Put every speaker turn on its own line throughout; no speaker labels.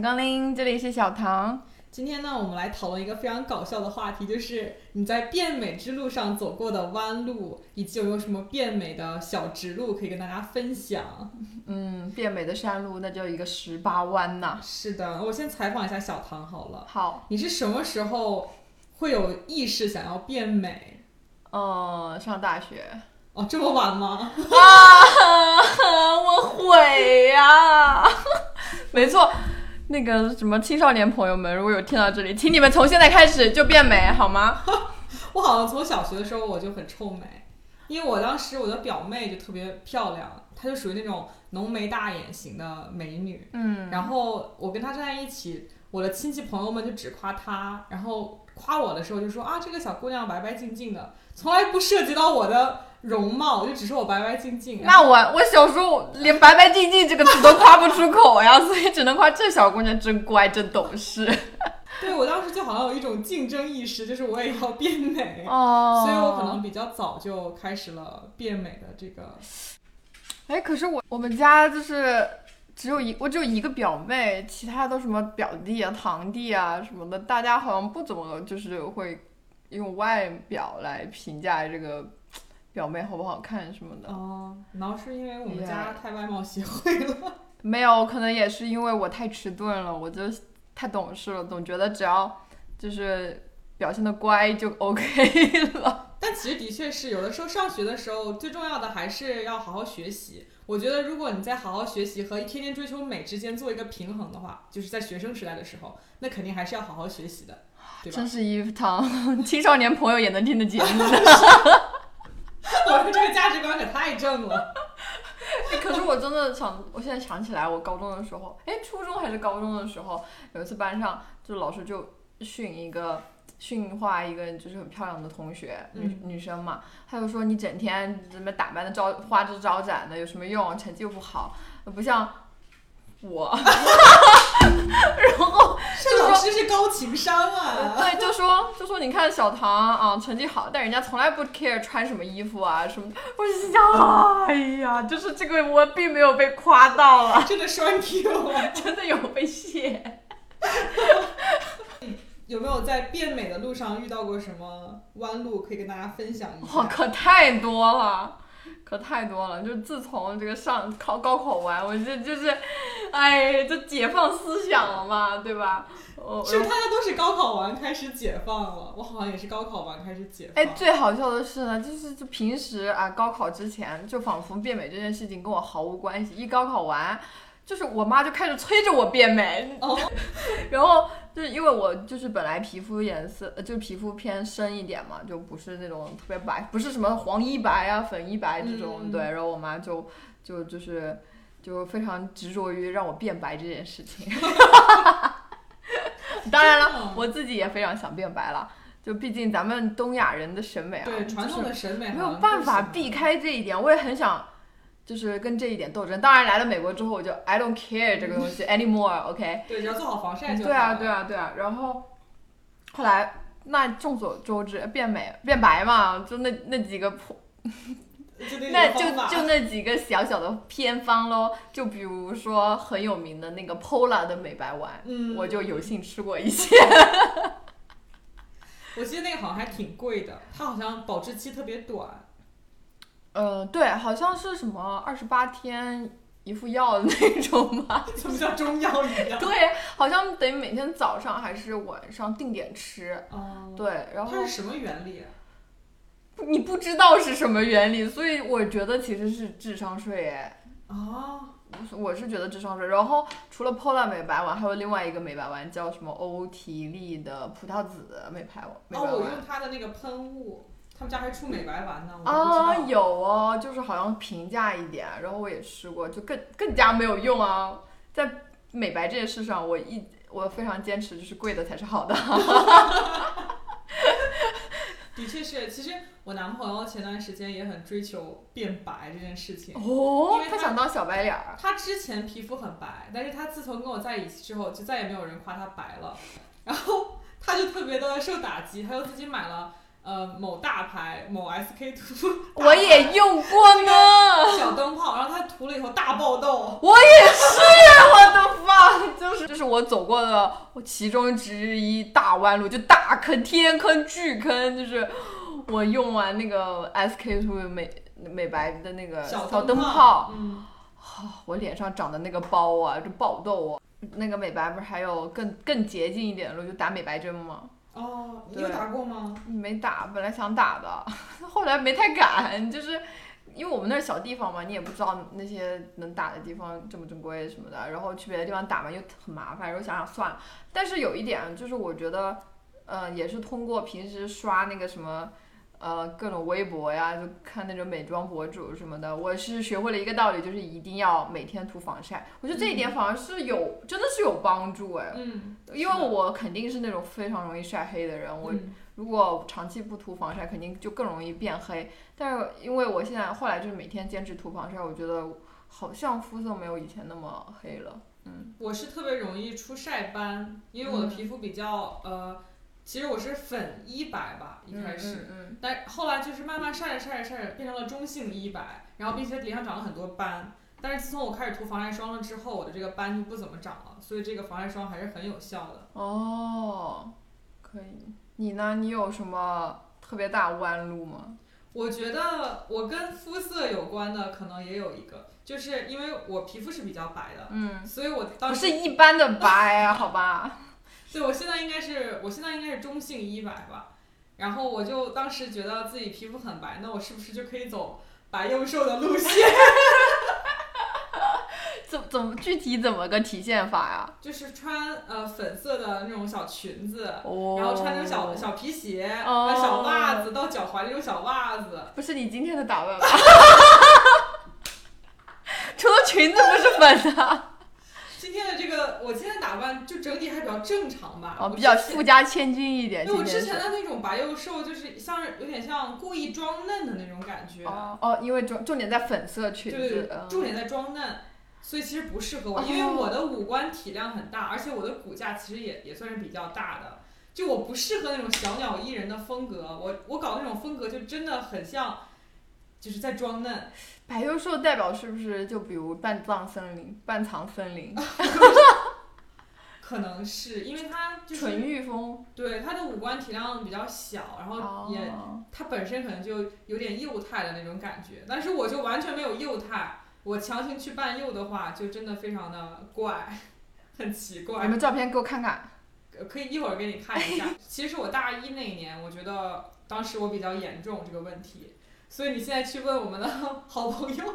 光临，这里是小唐。
今天呢，我们来讨论一个非常搞笑的话题，就是你在变美之路上走过的弯路，以及有没有什么变美的小直路可以跟大家分享。
嗯，变美的山路那就一个十八弯呐、
是的，我先采访一下小唐好了，
好，
你是什么时候会有意识想要变美？
嗯，上大学
哦，这么晚吗？
啊， 我悔呀、 没错，那个什么青少年朋友们，如果有听到这里，请你们从现在开始就变美好吗？
我好像从小学的时候我就很臭美，因为我当时我的表妹就特别漂亮，她就属于那种浓眉大眼型的美女。
嗯，
然后我跟他站在一起，我的亲戚朋友们就只夸他，然后夸我的时候就说啊，这个小姑娘白白净净的，从来不涉及到我的容貌，就只说我白白净净。啊
那我我小时候连白白净净这个词都夸不出口呀，所以只能夸这小姑娘真乖，真懂事。
对我当时就好像有一种竞争意识，就是我也要变美，
哦
所以我可能比较早就开始了变美的这个。
哎，可是我我们家就是只有一我只有一个表妹，其他都什么表弟啊、堂弟啊什么的，大家好像不怎么就是会用外表来评价这个表妹好不好看什么的。
哦，然后是因为我们
呀
家太外貌协会了。
没有，可能也是因为我太迟钝了，我就太懂事了，总觉得只要就是表现的乖就 OK 了。
但其实的确是，有的时候上学的时候，最重要的还是要好好学习。我觉得，如果你在好好学习和天天追求美之间做一个平衡的话，就是在学生时代的时候，那肯定还是要好好学习的， 对吧
真？是一堂 青少年朋友也能听的节目。
我说这个价值观可太正了。
哎可是我真的想，我现在想起来，我高中的时候，哎，初中还是高中的时候，有一次班上就老师就训一个训话一个就是很漂亮的同学，女、女生嘛，他就说你整天怎么打扮的招花枝招展的，有什么用？成绩又不好，不像我。然后
这老师是高情商啊！
对，就说就说你看小唐啊，成绩好，但人家从来不 care 穿什么衣服啊什么的。我就心想，哎呀，就是这个我并没有被夸到了。
这个双 Q 啊。
真的有被谢。
有没有在变美的路上遇到过什么弯路可以跟大家分享一
哇，
下？
可太多了，可太多了！就自从这个上考高考完，我这就是，哎，就解放思想了嘛，对吧？我
是不是大家都是高考完开始解放了？我好像也是高考完开始解放。
哎，最好笑的是呢，就是就平时啊，高考之前就仿佛变美这件事情跟我毫无关系，一高考完，就是我妈就开始催着我变美，
哦
然后就是因为我就是本来皮肤颜色呃就皮肤偏深一点嘛，就不是那种特别白，不是什么黄一白啊、粉一白这种，
嗯
对，然后我妈就就就是就非常执着于让我变白这件事情。 当然
真的
了，我自己也非常想变白了。就毕竟咱们东亚人的审美啊，
对传统的审美
没
好
有
像
办
不
法
行
避开这一点，我也很想。就是跟这一点斗争。当然来了美国之后，我就 I don't care 这个 东西 anymore，OK、
对，只要做好防晒就好。
对啊，对啊，对啊。然后后来，那众所周知，呃变美变白嘛，就那那几个破，
就
那
那
就就那几个小小的偏方喽。就比如说很有名的那个 Pola 的美白丸，
嗯，
我
我
就有幸吃过一些。
我记得那个好像还挺贵的，它好像保质期特别短。
呃，对，好像是什么二十八天一副药的那种吧。
怎么像中药一样？
对，好像得每天早上还是晚上定点吃。
哦，
对，然后
它是什么原理啊？
你不知道是什么原理，所以我觉得其实是智商税哎。
哦，
我是觉得智商税，然后除了 Pola 美白丸，还有另外一个美白丸叫什么欧缇丽的葡萄籽美白丸。美
哦，
白
我
丸
用它的那个喷雾，他们家还出美白丸呢，我都
啊，
不知道。
有哦，就是好像平价一点，然后我也吃过，就更更加没有用啊。在美白这件事上，我一我非常坚持，就是贵的才是 好的。
的确是，其实我男朋友前段时间也很追求变白这件事情。
哦
因为
他
它
想当小白脸儿。
他之前皮肤很白，但是他自从跟我在一起之后，就再也没有人夸他白了。 然后他就特别的受打击，他就自己买了呃某大牌某 SK two，
我也用过呢，
小灯泡，然后他涂了以后大爆痘。
我也是，我的妈！ 就是就是我走过的其中之一大弯路，就大坑、天坑、巨坑，就是我用完那个 SK two 美美白的那个
小
呃小灯泡，
泡，嗯，
啊我脸上长的那个包啊，就爆痘啊。那个美白不是还有更更洁净一点的路，就打美白针吗？
哦，你
对
有打过吗？
没打，本来想打的，后来没太敢，就是因为我们那儿小地方嘛，你也不知道那些能打的地方正不正规什么的，然后去别的地方打嘛又很麻烦，然后想想算了。但是有一点就是我觉得，呃，也是通过平时刷那个什么。呃，各种微博呀，就看那种美妆博主什么的，我是学会了一个道理，就是一定要每天涂防晒。我觉得这一点反而是有，真的是有帮助哎，
嗯，
因为我肯定是那种非常容易晒黑的人，我
嗯
如果长期不涂防晒，肯定就更容易变黑。但是因为我现在后来就是每天坚持涂防晒，我觉得好像肤色没有以前那么黑了。
我是特别容易出晒斑，因
嗯
为我的皮肤比较、呃，其实我是粉一白吧，一开始，
嗯，
但后来就是慢慢晒着晒着晒着变成了中性一白，然后并且脸上长了很多斑。但是自从我开始涂防晒霜了之后，我的这个斑就不怎么长了，所以这个防晒霜还是很有效的。
嗯哦，可以。你呢？你有什么特别大弯路吗？
我觉得我跟肤色有关的可能也有一个，就是因为我皮肤是比较白的，
嗯，
所以我当
不
时
是一般的白啊，好吧？
对，我现在应该是，我现在应该是中性一白吧。然后我就当时觉得自己皮肤很白，那我是不是就可以走白又瘦的路线？
怎怎么具体怎么个体现法呀？
就是穿呃粉色的那种小裙子，
哦，
然后穿那种小小皮鞋、
哦
小袜子到脚踝那种小袜子。
不是你今天的打扮吧？ 除了裙子不是粉的。
啊今天的这个，我今天打扮就整体还比较正常吧，
哦，
我
比较
之前
富家千金一点。
对我
今天
之前
是
的那种白又瘦，就是像是有点像故意装嫩的那种感觉，
哦哦，因为重重点在粉色裙
对对
子，
啊对
嗯，
重点在装嫩，所以其实不适合我，因为
哦
我的五官体量很大，而且我的骨架其实也也算是比较大的，就我不适合那种小鸟依人的风格，我我搞那种风格就真的很像，就是在装嫩，
白幼瘦代表是不是就比如半藏森林、半藏森林、
啊可能是因为它就是
纯欲风？
对它的五官体量比较小，然后也
哦，
它本身可能就有点幼态的那种感觉，但是我就完全没有幼态，我强行去扮幼的话，就真的非常的怪， 很奇怪
你。们照片给我看看。
呃可以一会儿给你看一下。其实我大一那一年，我觉得当时我比较严重这个问题，所以你现在去问我们的 好朋友，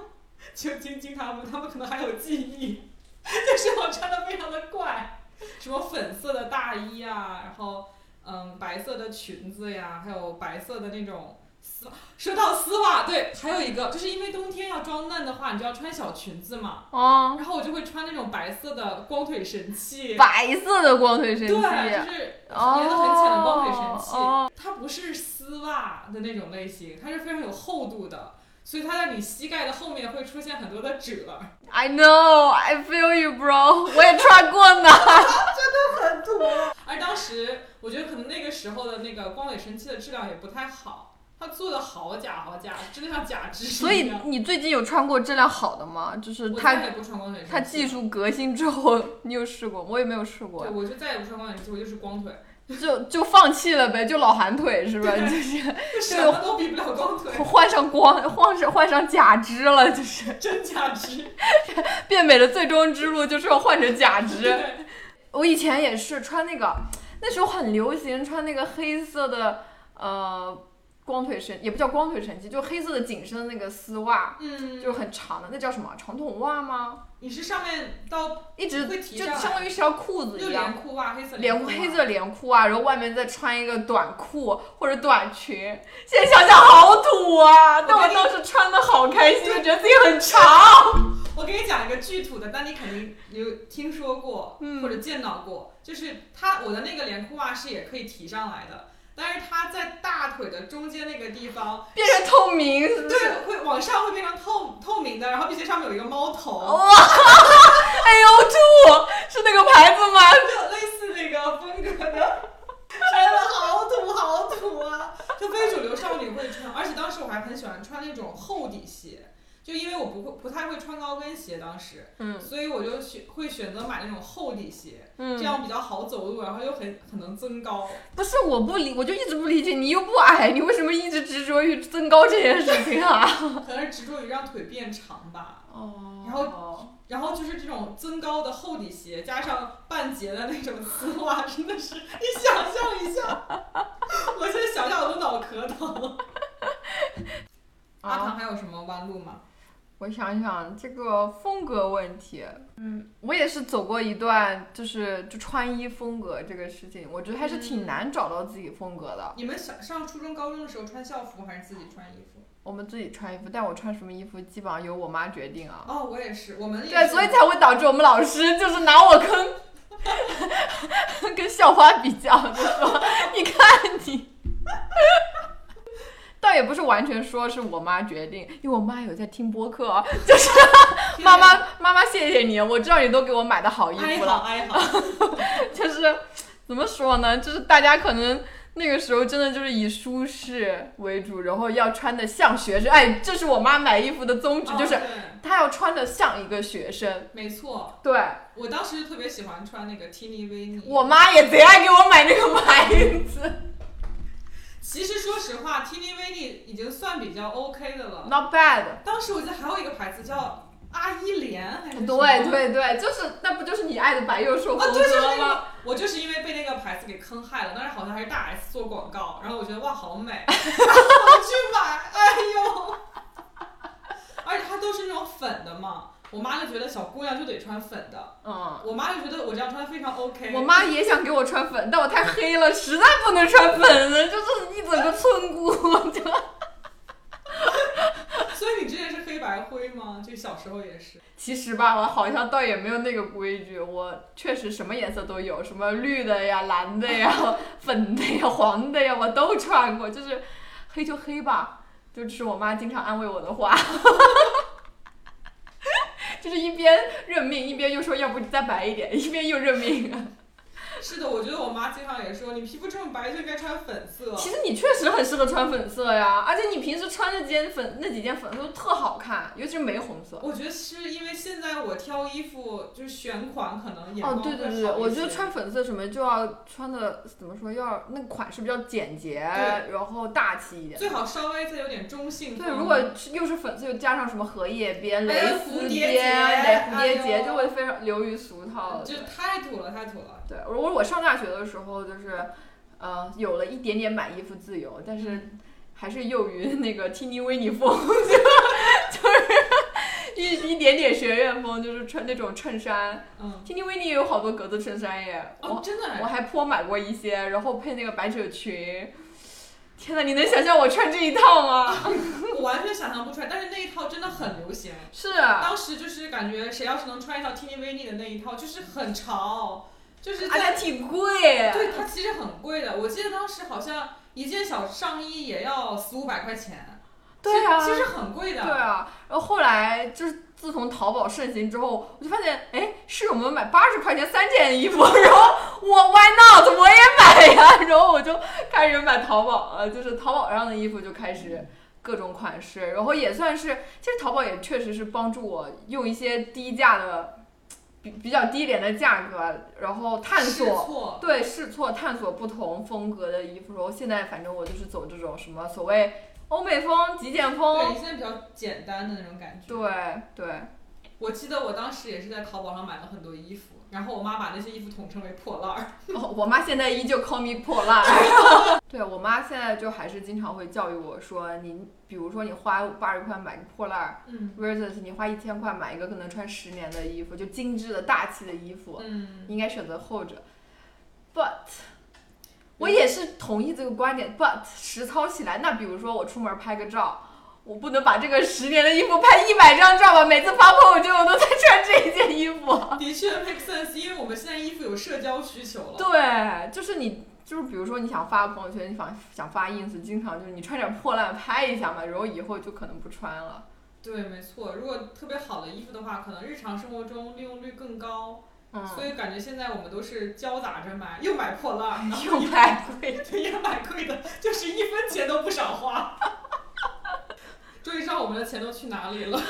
就晶晶他们，他们可能还有记忆， 就是我穿的非常的怪，什么粉色的大衣啊，然后嗯白色的裙子呀，还有白色的那种。丝袜。说到丝袜，对，还有一个就是因为冬天要装嫩的话，你就要穿小裙子嘛。
哦，
然后我就会穿那种白色的光腿神器，
白色的光腿神器，
对，就是
哦，
粘的很浅的光腿神器，
哦，
它不是丝袜的那种类型，它是非常有厚度的，所以它在你膝盖的后面会出现很多的褶。
I know, I feel you, bro。我 也穿过 呢。
而当时我觉得可能那个时候的那个光腿神器的质量也不太好，它做的好假好假，真的像假肢
所
一
以
样。
你最近有穿过质量好的吗？就是
我再
它
也不穿光腿神器，
它技。术革新之后，你有试过吗？我也没有试过
对，。我就再也不穿光腿神器，我就是光 腿，
就就放弃了呗，就老寒腿是吧？
对
就是
什么都比不了光 腿，
换上光，换上换上假肢了，就是
真假肢。
变美的最终之路就是要换成假肢。
对，
我以前也是穿那个，那时候很流行穿那个黑色的呃光腿神，也不叫光腿神器，就黑色的紧身的那个丝袜，
嗯，
就很长的，那叫什么长筒袜吗？
你是上面到
一直
会提
就
上来
相当于是条裤子
就
一样
连。裤袜，黑色
连
裤袜
黑色连裤啊，然后外面再穿一个短裤或者短裙。现在想想好土啊！但我当时穿的好开心，就觉得自己很 潮。
我给你讲一个巨土的，但你肯定有听说过、或者见到过，就是它我的那个连裤袜是也可以提上来的，但是它在大腿的中间那个地方，
变成透明，是不是？
对，会往上会变成透透明的，然后并且上面有一个猫头，
哇哎呦吐！是那个牌子吗？
就类似那个风格的。真的好土好土啊！就非主流少女会穿，而且当时我还很喜欢穿那种厚底鞋，就因为我不会不太会穿高跟鞋，当时，
嗯
所以我就选会选择买那种厚底鞋，
嗯
这样比较好走路，然后又很很能增高。
不是我不理，我就一直不理解，你又不矮，你为什么一直执着于增高这件事情啊？
可能是执着于让腿变长吧。
哦
然后然后就是这种增高的厚底鞋，加上半截的那种丝袜，真的是你想象一下，我现在想想我都脑壳疼。阿
啊，
唐还有什么弯路吗？
我想想这个风格问题，
嗯，
我也是走过一段，就是就穿衣风格这个事情，我觉得还是挺难找到自己风格的。
你们小上初中、高中的时候穿校服还是自己穿衣服？
我们自己穿衣服，但我穿什么衣服基本上由我妈决定啊。
哦，我也是，我们也
对，
是
所以才会导致我们老师就是拿我跟跟校花比较，就说你看你，倒也不是完全说是我妈决定，因为我妈有在听播客啊。
天
妈妈妈妈，谢谢你，我知道你都给我买的好衣
哀
服
嚎
了，
哀 嚎，
就是怎么说呢，就是大家可能。那个时候真的就是以舒适为主，然后要穿的像学生。哎，这是我妈买衣服的宗旨，就是
哦对
她要穿的像一个学生。
没错，
对，
我当时就特别喜欢穿那个 E Tini 维尼。
我妈也贼爱给我买那个牌子
其实说实话，Tini Vini 已经算比较 OK 的了。
，not bad。
当时我记得还有一个牌子叫阿依莲还是什
对
么？
对对，就是那不就是你爱的白幼瘦
啊，
风
对，就是
格
那
吗？
个，我就是因为被那个牌子给坑害了。当时好像还是大 S 做广告，然后我觉得哇好 美，然后我去买，哎呦，而且它都是那种粉的嘛。我妈就觉得小姑娘就得穿粉的，
嗯，
我妈就觉得我这样穿非常 OK。
我妈也想给我穿粉，但我太黑了，实在不能穿粉了，就是一整个村姑。 就
所以你之前是黑白灰吗？就小时候也是。
其实吧，我好像倒也没有那个规矩，我确实什么颜色都有，什么绿的呀、蓝的呀、 粉的呀、黄的呀，我都穿过，就是黑就黑吧，就这是我妈经常安慰我的话。 就是一边认命，一边又说要不你再白一点，一边又认命。
是的，我觉得我妈经常也说，你皮肤这么白就应该穿粉色。
其实你确实很适合穿粉色呀，而且你平时穿那件粉那几件粉色都特好看，尤其是玫红色。
我觉得是因为现在我挑衣服就是选款可能眼光
哦，对
会
对
好
对
一
对，
些
我觉得穿粉色什么就要穿的怎么说，要那个款式比较简洁，
对
然后大气一点。
最好稍微再有点中性风。
对，如果是又是粉色，又加上什么荷叶边、
哎
蕾
呀
丝
蝴蝶
边、
结
蕾蝴蝶
哎
结，
呦
就会非常流于俗套。
就太土了，太土了。
对，我我上大学的时候就是，呃，有了一点点买衣服自由，但是
嗯
还是囿于那个 Tini 维尼风，就是一一点点学院风，就是穿那种衬衫。
嗯，
Tini 维尼有好多格子衬衫耶，我
哦，真的哎，
我还颇买过一些，然后配那个百褶裙。天呐，你能想象我穿这一套吗？
我完全想象不出来，但是那一套真的很流行。
是，啊
当时就是感觉谁要是能穿一套 Tini Vini 的那一套，就是很潮，就是
而
在
且挺贵。
对它其实很贵的。我记得当时好像一件小上衣也要四五百块钱，
对啊，
其实其实很贵的。
对啊。然后后来就是自从淘宝盛行之后，我就发现，哎，室友们买八十块钱三件衣服，然后我 why not 我也买呀，然后我就开始买淘宝了，就是淘宝上的衣服就开始。各种款式，然后也算是，其实淘宝也确实是帮助我用一些低价的、比比较低廉的价格，然后探
试
索
错
对，试错探索不同风格的衣服。然后现在反正我就是走这种什么所谓欧美风、极简
对，
风，
现在比较简单的那种感觉。
对对，
我记得我当时也是在淘宝上买了很多衣服，然后我妈把那些衣服统称为破烂儿。
哦我妈现在依旧 call me 破烂。 对我妈现在就还是经常会教育我说，你比如说你花八十块买个破烂儿
嗯
，versus 你花一千块买一个可能穿十年的衣服，就精致的大气的衣服，
嗯，
你应该选择后者。But 我也是同意这个观点，but 实操起来，那比如说我出门拍个照，我不能把这个十年的衣服拍一百张照吧？每次发朋友圈我都在穿这一件衣服。
的确 make sense，因为我们现在衣服有社交需求了。
对，就是你，就是比如说你想发朋友圈，你想想发 ins，经常就是你穿点破烂拍一下嘛，然后以后就可能不穿了。
对，没错。如果特别好的衣服的话，可能日常生活中利用率更高，
嗯，
所以感觉现在我们都是交杂着买，又买破烂儿，然后
又拍贵。
又买贵的，就是一分钱都不少花。终于知道我我们的钱都去哪里了。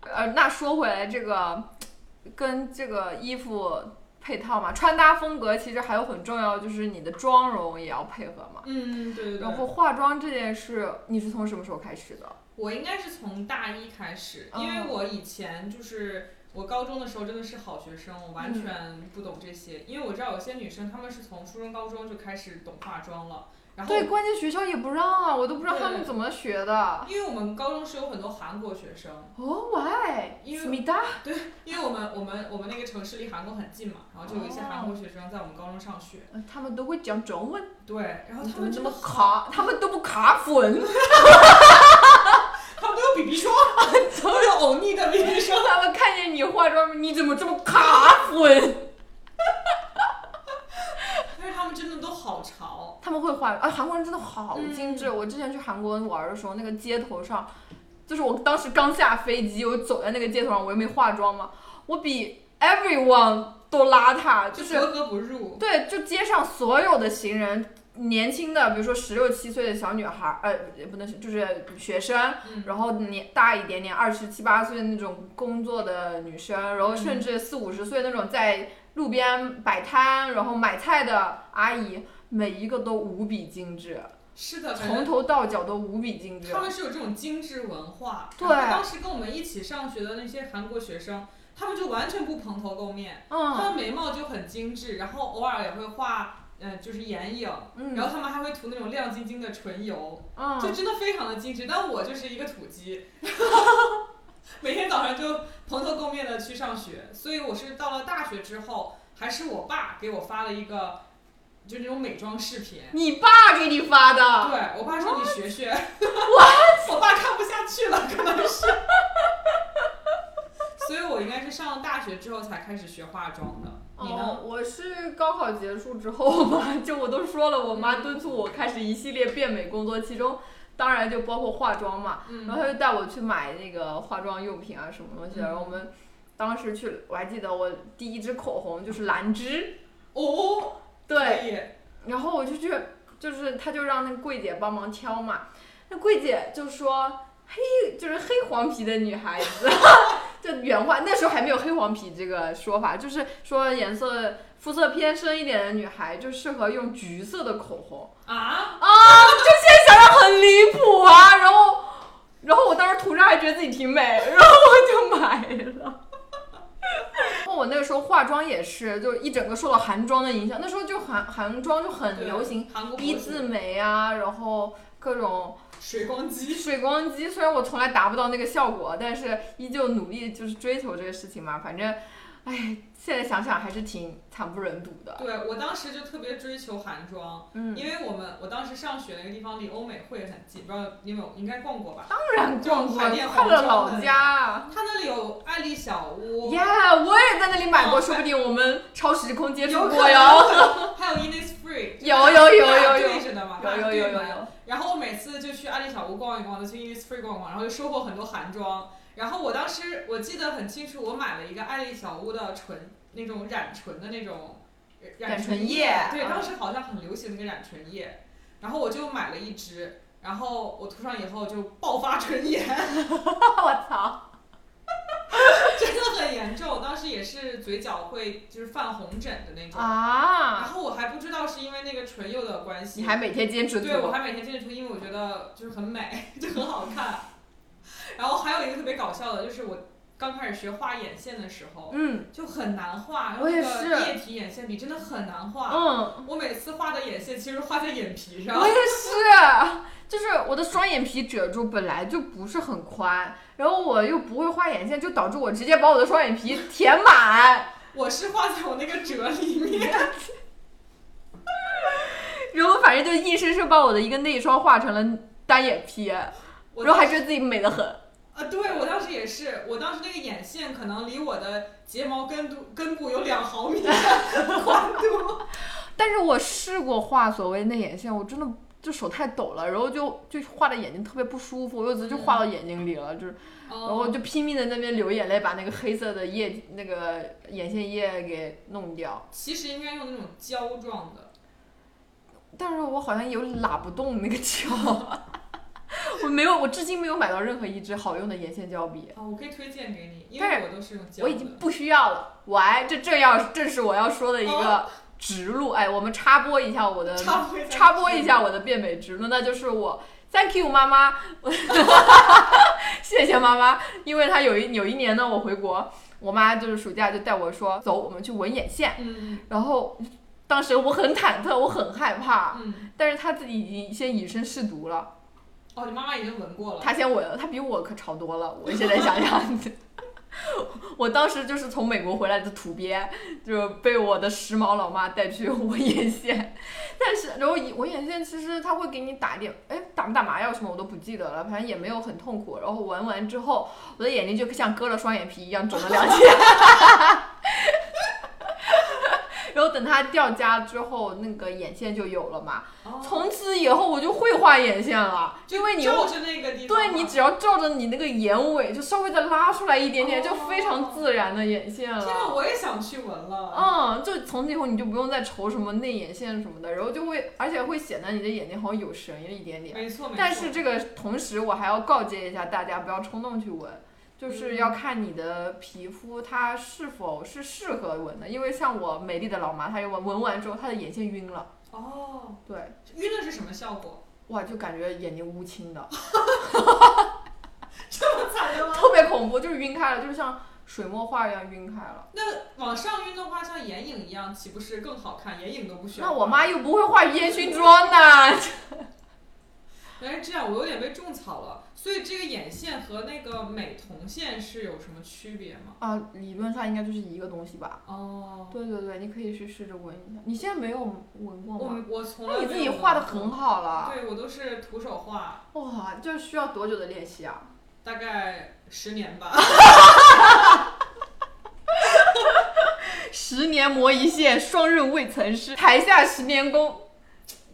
呃，那说回来，这个跟这个衣服配套嘛，穿搭风格其实还有很重要，就是你的妆容也要配合嘛。
嗯，对对对
然。后化妆这件事，你是从什么时候开始的？
我应该是从大一开始，因
哦
为我以前就是我高中的时候真的是好学生，我
嗯
完全不懂这些。因为我知道有些女生她们是从初中、高中就开始懂化妆了，然后
对，关键学校也不让啊，我都不知道他们
对
怎么学的。
因为我们高中是有很多韩国学生，
哦，why？
因为
思密达
因为我们我们我们那个城市离韩国很近嘛，然后就有一些
哦
韩国学生在我们高中上学。
呃他们都会讲中文，
对，然后
哦
他
你怎么
们
这
真
么
的，
卡？他们都不卡粉，
他们都有 BB 霜，都有欧尼的 BB 霜。
他们看见你化妆，你怎么这么卡粉？
但是他们真的都好潮，
他们会化啊，韩国人真的好
嗯
精致。我之前去韩国玩的时候，那个街头上，就是我当时刚下飞机，我走在那个街头上，我又没化妆嘛，我比 everyone 都邋遢，就
就是格格不入。
对，就街上所有的行人，年轻的，比如说十六七岁的小女孩，呃，也不能是，就是学生，
嗯，
然后年大一点点，二十七八岁那种工作的女生，然后
嗯
甚至四五十岁那种在路边摆摊，然后买菜的阿姨，每一个都无比精致，
是的，反正
从头到脚都无比精致
他。嗯们是有这种精致文化。
对
然后当时跟我们一起上学的那些韩国学生，他们就完全不蓬头垢面，他
嗯
们眉毛就很精致，然后偶尔也会画，呃，就是眼影，然
嗯
后他们还会涂那种亮晶晶的唇油，就
嗯，
真的非常的精致。但我就是一个土 鸡，每天早上就蓬头垢面的去上学，所以我是到了大学之后，还是我爸给我发了一个，就那种美妆视频。
你爸给你发的，
对我爸说你学学， 我爸看不下去了，可能是。 所以我应该是上了大学之后才开始学化妆的。你呢？
哦，我是高考结束之后 嘛，就我都说了，我妈
嗯
敦促我开始一系列变美工作，其中当然就包括化妆嘛。然
嗯
后他就带我去买那个化妆用品啊，什么东西
嗯
的。然后我们当时去，我还记得我第一支口红就是兰芝，
哦，
对。
可以，
然后我就去，就是他就让那个柜姐帮忙挑嘛。那柜姐就说：“黑就是黑黄皮的女孩子， 就原话那时候还没有黑黄皮这个说法，就是说颜色肤色偏深一点的女孩就适合用橘色的口红。”
啊，
啊，就现在想想很离谱啊。然后，然后我当时涂上还觉得自己挺美，然后我就买了。 然后我那个时候化妆也是，就一整个受到韩妆的影响。那时候就韩韩妆就很
对
流行，
韩国
逼
博主
字眉啊，然后各种
水光肌。
水光肌。虽然我从来达不到那个效果，但是依旧努力就是追求这个事情嘛。反正，哎，现在想想还是挺惨不忍睹的。
对我当时就特别追求韩妆，
嗯，
因为我们我当时上学那个地方离欧美汇很近，不知道你有没有应该逛过吧？
当然逛
就
过
海淀
快乐
黄庄
老
的
家啊。
它那里有爱丽小屋，
呀我也在那里买过，
哦
说不定我们超时空接触
有
过
可
哟。
能 还有 Innisfree，
有有有
它俩
有有
对着的嘛，它
有
俩
有有
对
有
门
有，
然后我每次就去安利小屋逛一逛，再去 Innisfree 逛逛，然后就收获很多韩妆。然后我当时我记得很清楚，我买了一个安利小屋的唇，那种染唇的那种
染
唇
唇液
对，
啊
当时好像很流行那个染唇液。然后我就买了一支，然后我涂上以后就爆发唇炎，
我操！
真的很严重。当时也是嘴角会就是泛红疹的那种。然
啊，
后我还不知道是因为那个唇釉的关系，
你还每天坚持
对，我
做？
还每天坚持涂，因为我觉得就是很美， 就很好看。然后还有一个特别搞笑的，就是我刚开始学画眼线的时候
嗯
就很难画，然后
我也
那
是
个液体眼线笔真的很难画。
嗯，
我每次画的眼线其实画在眼皮上
我，也是，就是我的双眼皮褶皱本来就不是很宽，然后我又不会画眼线，就导致我直接把我的双眼皮填满，
我是画在我那个褶里 面。
然后反正就硬生生把我的一个内双画成了单眼皮，然
我
后
当
还
时
觉得自己美得很。
啊，对我当时也是，我当时那个眼线可能离我的睫毛根部根部有两毫 米的宽度。
但是我试过画所谓内眼线，我真的就手太抖了，然后就就画的眼睛特别不舒服，我有一次就画到眼睛里了，就是，
嗯
然
哦
后我就拼命的那边流眼泪，把那个黑色的液那个眼线液给弄掉。
其实应该用那种胶状的。
但是我好像有拉不动那个胶， 我没有，我至今没有买到任何一支好用的眼线胶笔，
啊，我可以推荐给你，因
但
为我都是用胶
我
的。
已经不需要了。喂，这这要这是我要说的一个直路。哎，我们插播一下 我的
哦插播一下
插播一下我的变美直路，那就是我 thank you 妈妈， 谢谢妈妈，因为她有一有一年呢，我回国，我妈就是暑假就带我说走，我们去纹眼线，
嗯
然后当时我很忐忑，我很害怕，
嗯，
但是她自己已经先以身试毒了，
哦，你妈妈已经闻过了。
她先纹了，她比我可潮多了，我现在想想。 我当时就是从美国回来的土鳖，就被我的时髦老妈带去纹眼线， 但是然后纹眼线其实它会给你打点，哎，打不打麻药什么我都不记得了，反正也没有很痛苦。然后纹完之后，我的眼睛就像割了双眼皮一样肿了两天。 然后等它掉痂之后，那个眼线就有了嘛。
哦，
从此以后我就会画眼线了，因为你
照着那个地方嘛。
对你只要照着你那个眼尾，就稍微的拉出来一点点，
哦
就非常自然的眼线
天呐，
了。
我也想去闻了。
嗯，就从此以后你就不用再愁什么内眼线什么的，然后就会，而且会显得你的眼睛好像有神了一点点。
没错没错。
但是这个同时，我还要告诫一下大家，不要冲动去纹，
嗯
就是要看你的皮肤它是否是适合纹的。因为像我美丽的老妈，她一纹纹完之后，她的眼线晕了，
哦，
对，
晕的是什么效果？
哇，就感觉眼睛乌青的，
这么惨的吗？
特别恐怖，就是晕开了，就是像水墨画一样晕开了。
那往上晕的话，像眼影一样，岂不是更好看？眼影都不需要。
那我妈又不会画烟熏妆呢，
原来是这样，我有点被种草了。所以这个眼线和那个美瞳线是有什么区别吗？
啊，理论上应该就是一个东西吧。
哦，
对对对，你可以去试着闻一下。你现在没有闻过吗？
我我从来
那你自己
没有
画的
过
很好了，
对我都是徒手画，
哇，这需要多久的练习啊？
大概十年吧。
十年磨一剑，双刃未曾失。台下十年功，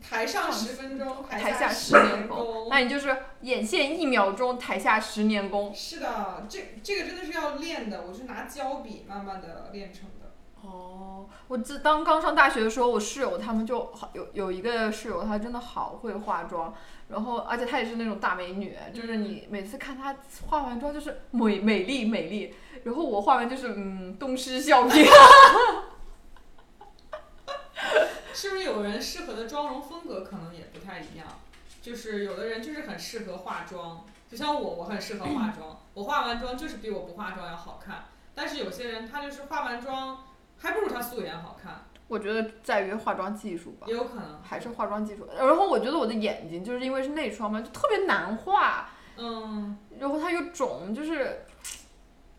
台上十分钟，
台
下
下
十
十年功
功。。
那你就是眼线一秒钟，台下十年功。
是的，这这个真的是要练的，我是拿胶笔慢慢的练成的。
哦，我自当刚上大学的时候，我室友他们就好有有一个室友，她真的好会化妆，然后而且她也是那种大美女，就是
嗯
你每次看她化完妆就是美美丽美丽，然后我化完就是嗯东施效颦，
是不是有人适合的妆容风格可能也不太一样？就是有的人就是很适合化妆，就像我，我很适合化妆，我化完妆就是比我不化妆要好看。但是有些人他就是化完妆，还不如他素颜好看，
我觉得在于化妆技术吧。
也有可能。
还是化妆技术，然后我觉得我的眼睛就是因为是内双嘛，就特别难画，
嗯，
然后它又肿，就是，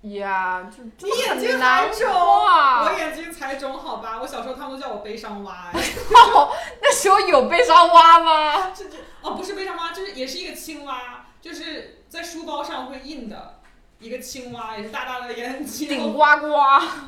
呀，就真的
眼睛
很难
好肿
画
我眼睛才肿好吧？我小时候他们都叫我悲伤蛙、哎，
那时候有悲伤蛙吗？
这这哦不是悲伤蛙，就是也是一个青蛙，就是在书包上会印的一个青蛙，也是大大的眼睛，
顶呱呱，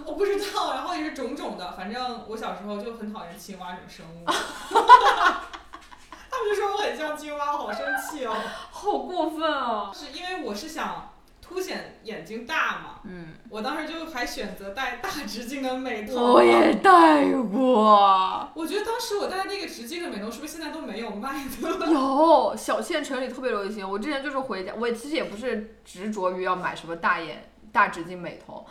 我不知道，然后也是种种的，反正我小时候就很讨厌青蛙这种生 物。他们就说我很像青蛙，我好生气哦。
好过分啊！
是因为我是想凸显眼睛大嘛，
嗯，
我当时就还选择戴大直径的美瞳。
我也戴过，
我觉得当时我戴的那个直径的美瞳是不是现在都没有卖的？
有小县城里特别流行。我之前就是回家，我其实也不是执着于要买什么大眼大直径美瞳，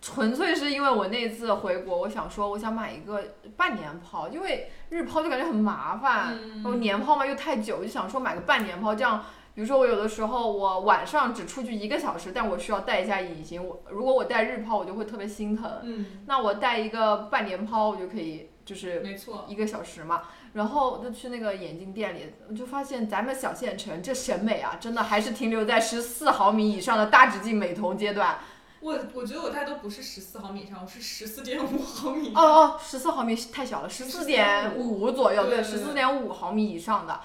纯粹是因为我那次回国，我想说我想买一个半年抛，因为日抛就感觉很麻烦，然后
嗯，
年抛嘛又太久，就想说买个半年抛，这样比如说我有的时候我晚上只出去一个小时，但我需要戴一下隐形，我如果我戴日抛，我就会特别心疼。
嗯，
那我带一个半年抛，我就可以就是
没错。
一个小时嘛。然后就去那个眼镜店里，我就发现咱们小县城这审美啊，真的还是停留在十四毫米以上的大直径美瞳阶段。
我我觉得我戴都不是十四毫米以上，我是十四点五毫米以
哦
上。
哦，十四毫米是太小了，十四点五左右，
对
对，
对
十
对
四点五毫米以上的。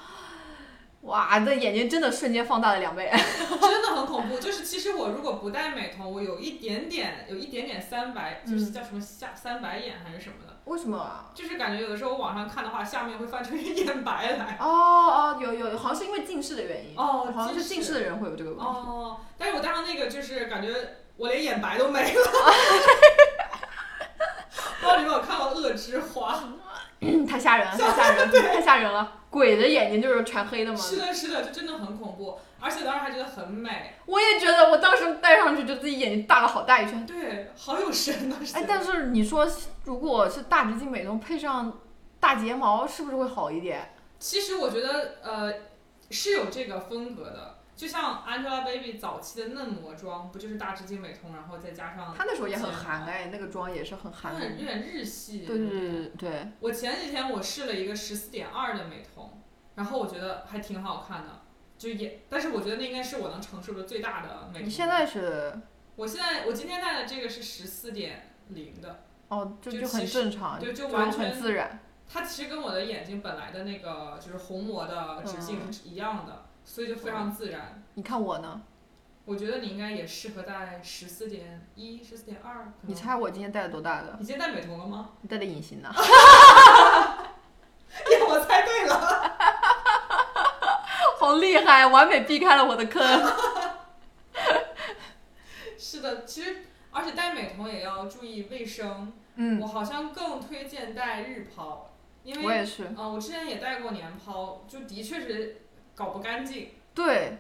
哇，这眼睛真的瞬间放大了两倍。
真的很恐怖。就是其实我如果不戴美瞳，我有一点点，有一点点三白，
嗯
就是叫什么下三白眼还是什么的，
为什么啊？
就是感觉有的时候我网上看的话，下面会翻出一眼白 来。
哦哦，有有，好像是因为近视的原因，
哦，
好像是
近
近视的人会有这个问题。
哦，但是我戴上那个就是感觉我连眼白都没 了。不知道你们有看过《恶之花》？
嗯太吓人了，太吓人了，太吓吓人了，鬼的眼睛就是全黑的嘛。
是的，是的，就真的很恐怖，而且当时还觉得很美，
我也觉得，我当时戴上去就自己眼睛大了好大一圈。
对，好有神啊！
哎，但是你说如果是大直径美瞳配上大睫毛，是不是会好一点？
其实我觉得，呃，是有这个风格的，就像 Angelababy 早期的嫩模妆，不就是大直径美瞳，然后再加上
她那时候也很韩哎，那个妆也是很韩
有。点有点日系。
对对对对对。
我前几天我试了一个十四点二的美瞳，然后我觉得还挺好看的，就也，但是我觉得那应该是我能承受的最大的美瞳。
你现在是
我现在我今天戴的这个是十四点零的，
哦，就
就
就很
其实
正常，
对，就完
很
全
自然。
它其实跟我的眼睛本来的那个就是虹膜的直径是一样的，所以就非常自然。
你看我呢？
我觉得你应该也适合戴十四点一、十四点二。
你猜我今天戴的多大的？
你今天戴美瞳了吗？
你戴的隐形呢？
耶，我猜对了。
好厉害，完美避开了我的坑。
是的，其实而且戴美瞳也要注意卫生。
嗯，
我好像更推荐戴日抛，因
我
为
也是。
嗯、呃我之前也戴过年抛，就的确是搞不干净。
对，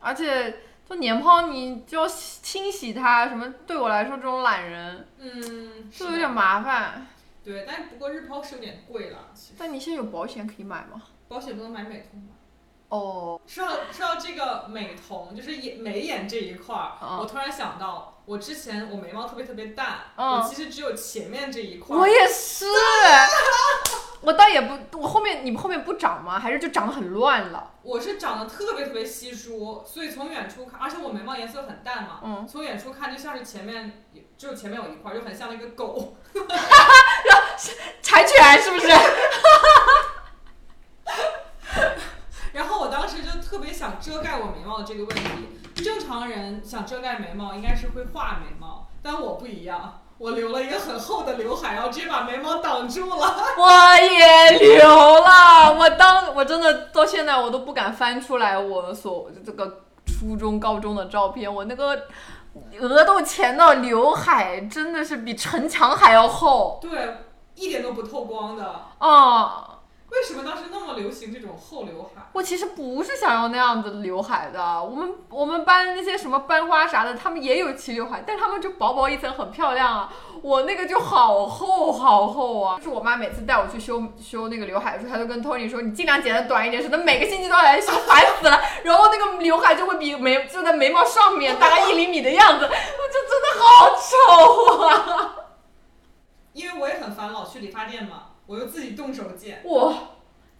而且就年抛你就要洗清洗它，什么对我来说这种懒人
嗯，
就是有
的
点麻烦。
对，但不过日抛是有点贵了，其实
但你现在有保险可以买吗？
保险不能买美瞳吧？
哦，
说到说到这个美瞳，就是眼眉眼这一块儿，
嗯
我突然想到，我之前我眉毛特别特别淡，
嗯
我其实只有前面这一块
我
儿，
也 是。我倒也不，我后面你们后面不长吗？还是就长得很乱了？
我是长得特别特别稀疏，所以从远处看，而且我眉毛颜色很淡嘛，
嗯，
从远处看就像是前面只有前面有一块儿，就很像那个狗，
嗯柴犬是不 是？
然后我当时就特别想遮盖我眉毛的这个问题。正常人想遮盖眉毛应该是会画眉毛，但我不一样，我留了一个很厚的刘海，然后直接把眉毛挡住了。
我也留了，我当我真的到现在我都不敢翻出来我所这个初中、高中的照片，我那个额头前的刘海真的是比城墙还要厚
对，一点都不透光的。
啊！
为什么当时那么流行这种厚刘海？
我其实不是想要那样的刘海的，我们我们班那些什么班花啥的，他们也有齐刘海，但他们就薄薄一层，很漂亮啊。我那个就好厚好厚啊！就是我妈每次带我去修修那个刘海的时候，她就跟 Tony 说：“你尽量剪得短一点，省得每个星期都要来修，烦死了。”然后那个刘海就会比眉就在眉毛上面大概一厘米的样子，我就真的好丑啊！
因为我也很烦老去理发店嘛，我又自己动手剪，
我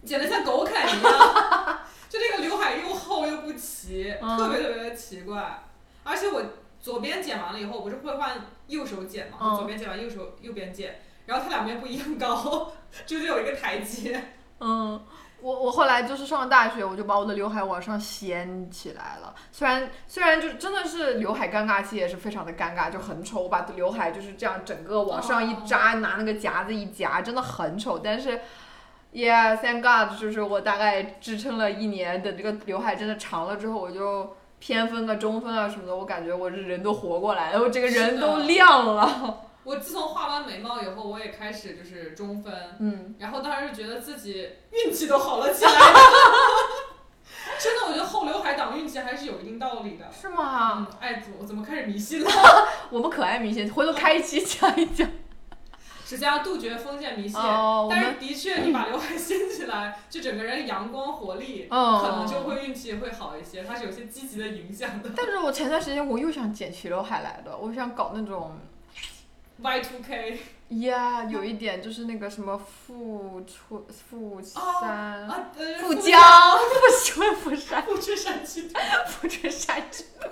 剪得像狗啃一样， 就这个刘海又厚又不齐，
嗯
特别特别的奇怪。而且我左边剪完了以后，我不是会换右手剪嘛，
嗯
我左边剪完右手右边剪，然后它两边不一样高， 中间有一个台阶。
嗯，我我后来就是上了大学，我就把我的刘海往上掀起来了。虽然虽然就是真的是刘海尴尬期也是非常的尴尬，就很丑。我把刘海就是这样整个往上一扎，拿那个夹子一夹，真的很丑。但是，Yeah，thank God，就是我大概支撑了一年，等这个刘海真的长了之后，我就。偏分啊、中分啊什么的，我感觉我这人都活过来了，我整个人
是的
都亮了。
我自从画完眉毛以后，我也开始就是中分，
嗯，
然后当时觉得自己运气都好了 起来真的，我觉得后刘海挡运气还是有一定道理的。
是吗？
嗯，哎，我怎么开始迷信 了？
我们可爱迷信，回头开一期讲一讲。
只是要杜绝封建迷信，
哦，我
但
们
是的确，你把刘海掀起来，就整个人阳光活力，
嗯，
可能就会运气会好一些，它是有些积极的影响 的。
但是我前段时间我又想剪齐刘海来的，我想搞那种
Y two K
呀有一点就是那个什么富春富山、
啊，呃，
富江、富春富山、
富春山居图，
富春山居图、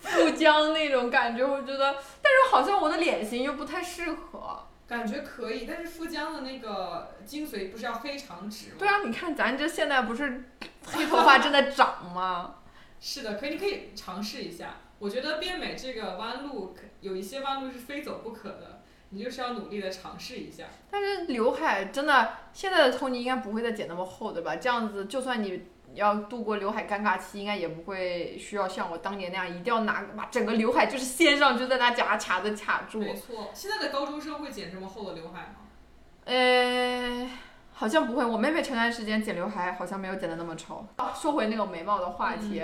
富江那种感觉，我觉得，但是好像我的脸型又不太适合。
感觉可以，但是富江的那个精髓不是要黑长直吗？
对啊，你看咱这现在不是黑头发正在长吗？
是的，可以，你可以尝试一下。我觉得变美这个弯路，可有一些弯路是非走不可的，你就是要努力的尝试一下。
但是刘海真的，现在的 Tony 应该不会再剪那么厚的吧？这样子，就算你要度过刘海尴尬期，应该也不会需要像我当年那样，一定要拿把整个刘海就是掀上去，再拿夹卡子卡住。
没错，现在的高中生会剪这么厚的刘海吗？
呃，好像不会。我妹妹前段时间剪刘海，好像没有剪的那么丑。啊说回那个眉毛的话题，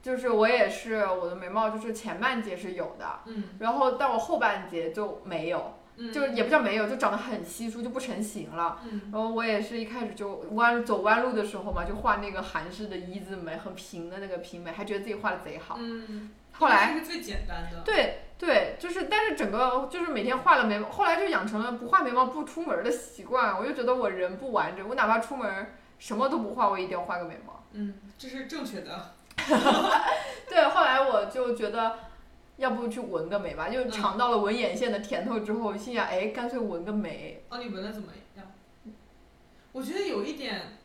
就是我也是我的眉毛，就是前半截是有的，
嗯
然后但我后半截就没有，
嗯，
就也不叫没有，就长得很稀疏，就不成形了。
嗯
然后我也是一开始就弯走弯路的时候嘛，就画那个韩式的一字眉，很平的那个平眉，还觉得自己画的贼好。
嗯，
后来
这是最简单的，
对对，就是，但是整个就是每天画了眉毛，后来就养成了不画眉毛不出门儿的习惯。我就觉得我人不完整，我哪怕出门儿什么都不画，我也一定要画个眉毛。
嗯，这是正确的，
对，后来我就觉得，要不去纹个眉吧，就
嗯
尝到了纹眼线的甜头之后，心想，哎，干脆纹个眉。
哦，你纹的怎么样？我觉得有一点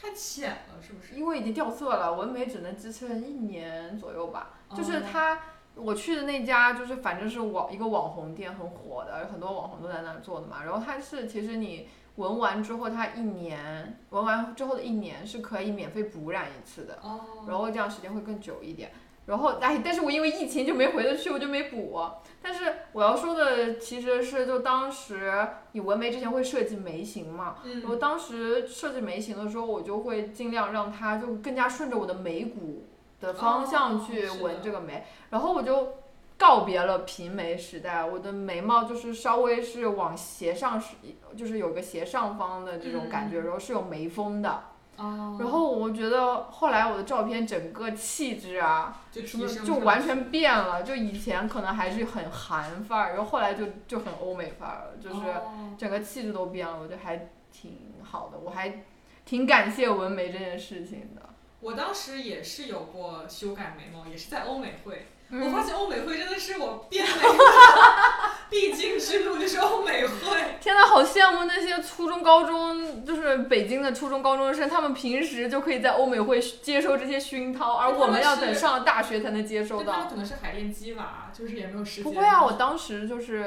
太浅了，是不是？
因为已经掉色了，纹眉只能支撑一年左右吧。就是
哦
他，我去的那家就是反正是网一个网红店很火的，很多网红都在那儿做的嘛。然后它是其实你纹完之后，它一年纹完之后的一年是可以免费补染一次的，
哦，
然后这样时间会更久一点。然后哎，但是我因为疫情就没回得去，我就没补。但是我要说的其实是，就当时你纹眉之前会设计眉形嘛，
嗯
然后当时设计眉形的时候，我就会尽量让它就更加顺着我的眉骨的方向去
哦是的
纹这个眉，然后我就告别了平眉时代，我的眉毛就是稍微是往斜上是，就是有个斜上方的这种感觉，然后是有眉峰的。
嗯哦，
然后我觉得后来我的照片整个气质啊，
就
什
提
么
升
就
上
完
去
全变了，就以前可能还是很韩范儿，然后后来就就很欧美范儿了，就是。
哦
整个气质都变了，我觉得还挺好的，我还挺感谢纹眉这件事情的。
我当时也是有过修改眉毛，也是在欧美会。
嗯
我发现欧美会真的是我变美的 必经之路，就是欧美会。
天呐，好羡慕那些初中、高中，就是北京的初中、高中生，他们平时就可以在欧美会接收这些熏陶，而我们要等上了大学才能接 收
但他们
到。
可能是海淀鸡娃，就是也没有时间。
不会啊，我当时就是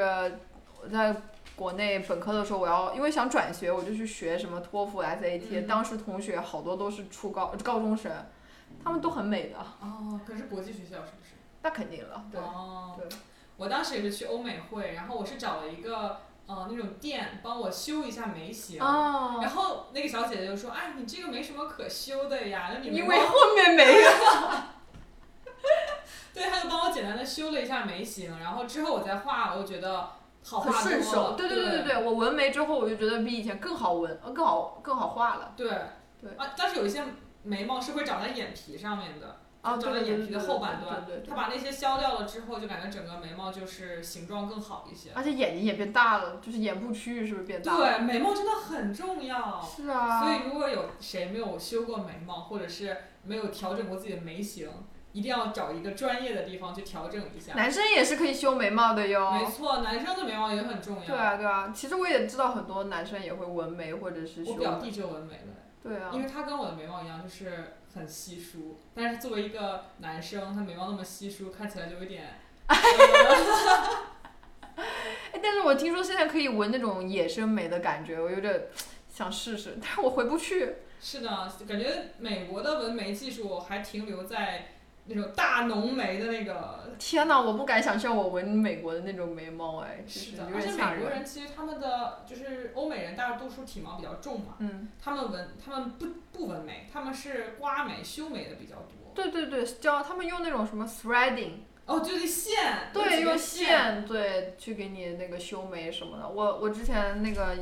我在国内本科的时候，我要因为想转学，我就去学什么托福、SAT、
嗯
当时同学好多都是初高高中生，他们都很美的，
哦，可是国际学校是不是？
那肯定了。对，
哦，
对
我当时也是去欧美会，然后我是找了一个呃那种店帮我修一下眉形。
哦
然后那个小姐姐就说：“哎，你这个没什么可修的呀，那你眉
因
毛
为后面没有。
对，她就帮我简单的修了一下眉形，然后之后我再画，我觉得好
很
画
顺
多
手，
了
对
对
对对对，我纹眉之后我就觉得比以前更好纹，呃更好更好画了。
对
对
啊，但是有一些眉毛是会长在眼皮上面的，
啊，
长
对
在
对对
眼
对
皮的
对
后半
对
段
对对，
它把那些削掉了之后，就感觉整个眉毛就是形状更好一些。
而且眼睛也变大了，就是眼部区域是不是变大了？
对，眉毛真的很重要。
是
所
啊，
以如果有谁没有修过眉毛，或者是没有调整过自己的眉形，一定要找一个专业的地方去调整一下。
男生也是可以修眉毛的哟。
没错，男生的眉毛也很重要。
对啊对啊，其实我也知道很多男生也会纹眉或者是修
我
眉
表。弟就纹眉了。
对啊
因，为他跟我的眉毛一样，就是很稀疏，但是作为一个男生，他眉毛那么稀疏，看起来就有 点。
哎，但是我听说现在可以纹那种野生眉的感觉，我有点想试试，但是我回不去。
是的，感觉美国的纹眉技术还停留在那种大浓眉的那个。
天呐，我不敢想象我纹美国的那种眉毛，哎，
是
就
的，
有
而且
点吓
美国
人。
人其实他们的就是欧美人，大多数体毛比较重嘛，
嗯，
他们纹他们不不纹眉，他们是刮眉修眉的比较多。
对对对，教他们用那种什么 threading。
哦，就是线，
对，
用
用线对去给你那个修眉什么的。我我之前那个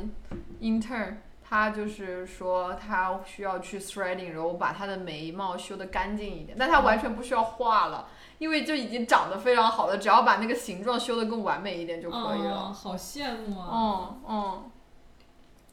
intern，他就是说他需要去 threading，然后把他的眉毛修的干净一点，但他完全不需要画了，因为就已经长得非常好了，只要把那个形状修的更完美一点就可以了。
嗯、好羡慕啊！
嗯嗯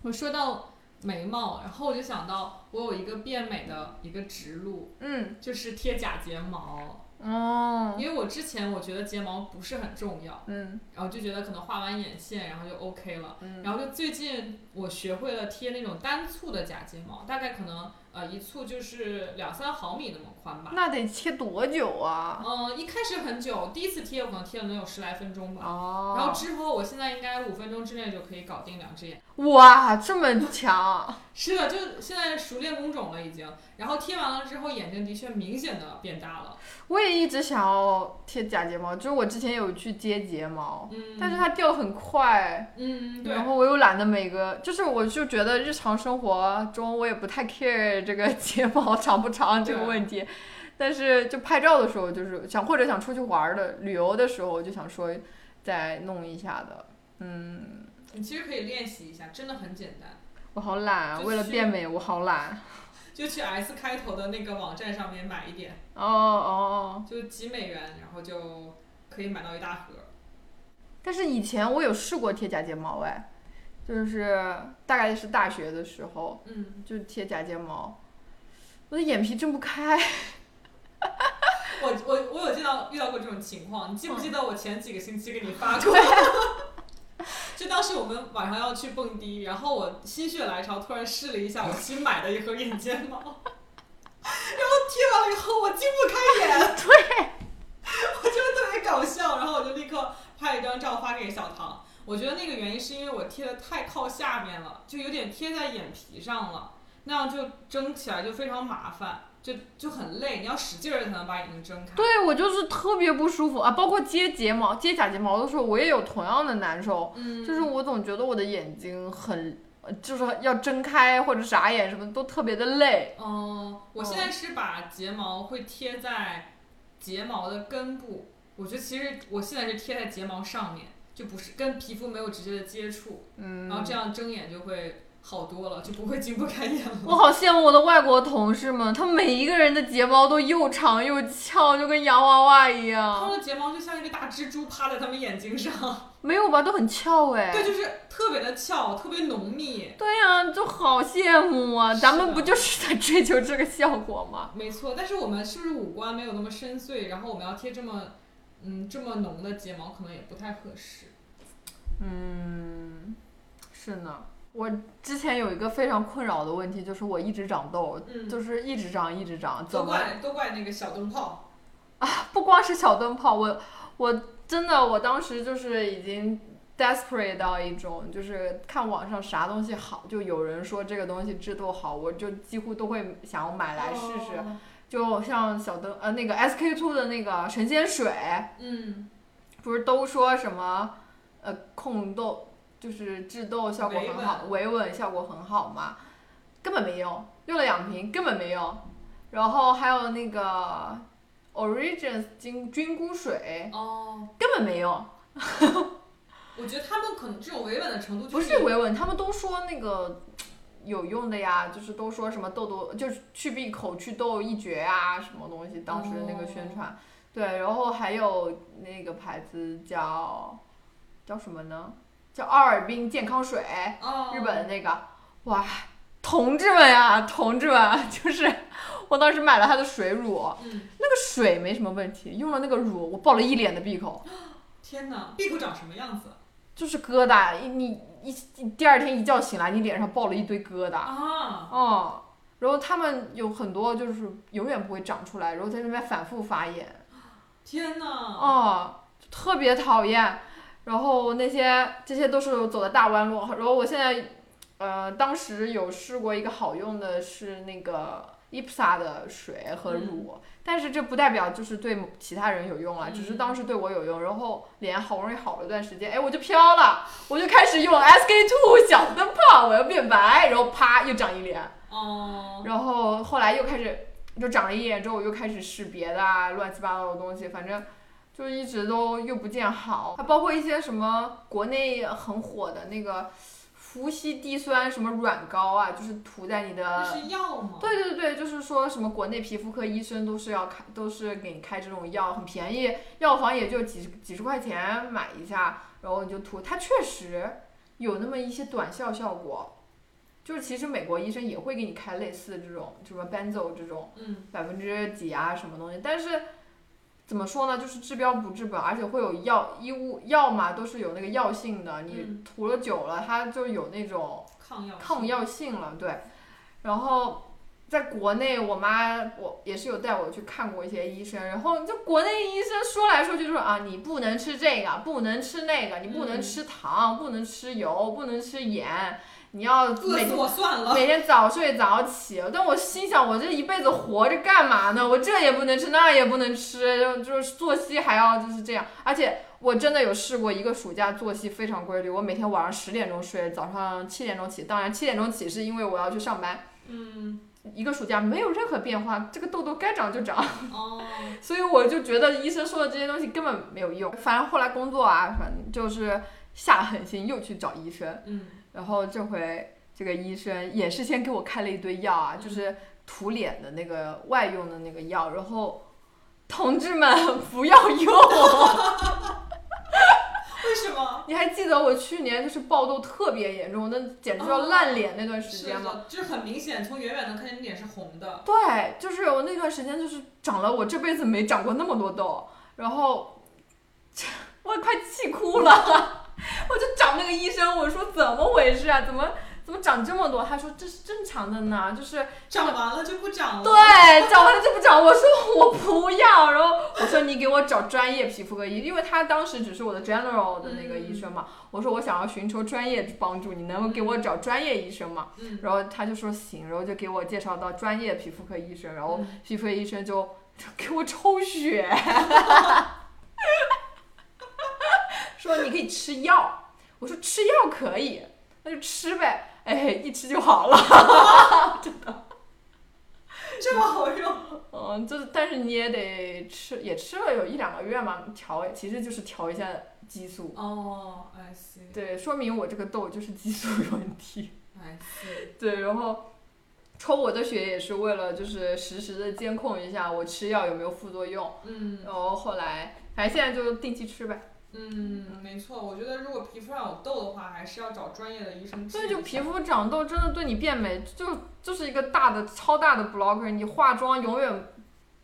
我说到眉毛，然后我就想到我有一个变美的一个直路，
嗯
就是贴假睫毛。
哦
因为我之前我觉得睫毛不是很重要，
嗯
然后就觉得可能画完眼线然后就 OK 了。
嗯
然后就最近我学会了贴那种单簇的假睫毛，大概可能呃呃一簇就是两三毫米那么宽吧。
那得贴多久啊？
嗯，一开始很久，第一次贴我可能贴了能有十来分钟吧。
哦，
然后之后，我现在应该五分钟之内就可以搞定两只眼。
哇，这么强！啊
是的，就现在熟练工种了已经。然后贴完了之后，眼睛的确明显的变大了。
我也一直想要贴假睫毛，就是我之前有去接睫毛，
嗯，
哦但是它掉很快，
嗯对
然后我又懒得每个，就是我就觉得日常生活中我也不太 care 这个睫毛长不长这个问题，但是就拍照的时候就是想或者想出去玩儿的旅游的时候，我就想说再弄一下的，嗯，
你其实可以练习一下，真的很简单。
我好懒，啊，
就
为了
是
变美我好懒，啊
就去 S 开头的那个网站上面买一点，
哦哦。
就几美元，然后就可以买到一大盒。
但是以前我有试过贴假睫毛哎，就是大概是大学的时候，
嗯，
就是贴假睫毛，我的眼皮睁不开。
我我我有见到遇到过这种情况，你记
嗯
不记得我前几个星期给你发过？ 就当时我们晚上要去蹦迪，然后我心血来潮突然试了一下我新买的一盒眼睫毛，然 后贴完了以后我睁不开眼， 对， 我觉得特别搞笑，然后我就立刻拍了一张照发给小唐。我觉得那个原因是因为我贴的太靠下面了，就有点贴在眼皮上了，那样就睁起来就非常麻烦，就就很累，你要使劲儿才能把眼睛睁开。
对我就是特别不舒服啊，包括接睫毛、接假睫毛的时候，我也有同样的难受，
嗯
就是我总觉得我的眼睛很，呃就是要睁开或者眨眼什么都特别的累。
嗯，我现
哦
在是把睫毛会贴在睫毛的根部，我觉得其实我现在是贴在睫毛上面，就不是跟皮肤没有直接的接触，
嗯
然，后这样睁眼就会好多了，就不会睁不开 眼
我
了。
好羡慕我的外国同事们，他们每一个人的睫毛都又长又翘，就跟洋娃娃一
他
样。
们的睫毛就像一个大蜘蛛趴在他们眼睛上，
没有吧？都很翘哎。
对，就是特别的翘，特别浓密。
对呀、就好羡慕啊！咱
是
们
的
不就是在追求这个效果吗？
没错，但是我们是不是五官没有那么深邃，然后我们要贴这么嗯这么浓的睫毛，可能也不太合适。
嗯，是呢。我之前有一个非常困扰的问题，就是我一直长痘，
嗯，
就是一直长一直长，
都
怎么
怪都怪那个小灯泡。
不光是小灯泡，我我真的我当时就是已经 desperate 到一种，就是看网上啥东西好，就有人说这个东西质地好，我就几乎都会想要买来试试。
哦。
就像小灯呃那个 SK two 的那个神仙水，
嗯，
不是都说什么，呃，控痘就是治痘效果很好，维稳效果很好嘛，根本没用，用了两瓶根本没用。然后还有那个 Origins 菌菌菇水
哦，
根本没用，
我觉得他们可能这种维稳的程度就
不是维稳，他们都说那个有用的呀，就是都说什么痘痘就是去闭口祛痘一绝啊，什么东西，当时那个宣
哦
传，对，然后还有那个牌子叫叫什么呢？叫奥尔滨健康水，
哦，
日本的那个，哇，同志们呀，同志们，就是我当时买了它的水乳，
嗯，
那个水没什么问题，用了那个乳，我爆了一脸的闭口，
天哪，闭口长什么样子
就是疙瘩，一你一一第二天一觉醒来，你脸上爆了一堆疙瘩，
啊？
哦，然后他们有很多就是永远不会长出来，然后在那边反复发炎，
天哪，
哦，就特别讨厌。然后那些这些都是走的大弯路。然后我现在，呃，当时有试过一个好用的是那个 Ipsa 的水和乳，但是这不代表就是对其他人有用了，只是
嗯
当时对我有用。然后脸好不容易好了一段时间，哎，我就飘了，我就开始用 SK two 小灯泡，我要变白，然后啪又长一脸。
哦，
然后后来又开始就长了一眼之后，我又开始试别的啊，乱七八糟的东西，反正就一直都又不见好，还包括一些什么国内很火的那个氟西地酸什么软膏啊，就是涂在你
那
的。
是药吗？
对对对，就是说什么国内皮肤科医生都是要开，都是给你开这种药，很便宜，药房也就几十几十块钱买一下，然后你就涂，它确实有那么一些短效效果。就是其实美国医生也会给你开类似这种，就什么 benzo 这种
嗯，
百分之几啊什么东西，但是怎么说呢，就是治标不治本，而且会有药医物药嘛，都是有那个药性的，啊你
嗯
涂了久了，它就有那种
抗药，
抗，药性了，对。然后在国内，我妈我也是有带我去看过一些医生，然后就国内医生说来说去就是啊，你不能吃这个，不能吃那个，你不能
嗯
吃糖，不能吃油，不能吃盐，你要
饿
每
死我算了。
每天早睡早起，但我心想，我这一辈子活着干嘛呢？我这也不能吃，那也不能吃，就就是作息还要就是这样。而且我真的有试过一个暑假作息非常规律，我每天晚上十点钟睡，早上七点钟起。当然七点钟起是因为我要去上班。
嗯，
一个暑假没有任何变化，这个痘痘该长就长，
哦，
所以我就觉得医生说的这些东西根本没有用。反正后来工作啊，反正就是下了狠心又去找医生，
嗯，
然后这回这个医生也是先给我开了一堆药啊，
嗯
就是涂脸的那个外用的那个药，然后同志们不要用。
为什么？
你还记得我去年就是爆痘特别严重，那简直要烂脸那段时
哦是
间吗？
的，就是很明显，从远远能看见你脸是红的。
对，就是我那段时间就是长了我这辈子没长过那么多痘，然后我快气哭了， 我就找那个医生，我说怎么回事啊？怎么怎么长这么多？他说这是正常的呢，就是
长完了就不长了。
对，找完了就不找。我说我不要，然后我说你给我找专业皮肤科医，因为他当时只是我的 general 的那个医生嘛。我说我想要寻求专业帮助，你能够给我找专业医生吗？
嗯，
然后他就说行，然后就给我介绍到专业皮肤科医生，然后皮肤科医生就 给我抽血，说你可以吃药。我说吃药可以，那就吃呗，哎，一吃就好了。
这么好用。
嗯，就是，但是你也得吃，也吃了有一两个月嘛，调其实就是调一下激素。
哦，I see，I
对，说明我这个痘就是激素有问题。
see。
对，然后抽我的血也是为了就是实时的监控一下我吃药有没有副作用。
嗯
然后后来，反正现在就定期吃呗。
嗯，没错，我觉得如果皮肤上有痘的话，还是要找专业的医生治一
所
下。
以就皮肤长痘真的对你变美，就就是一个大的超大的 blocker，你化妆永远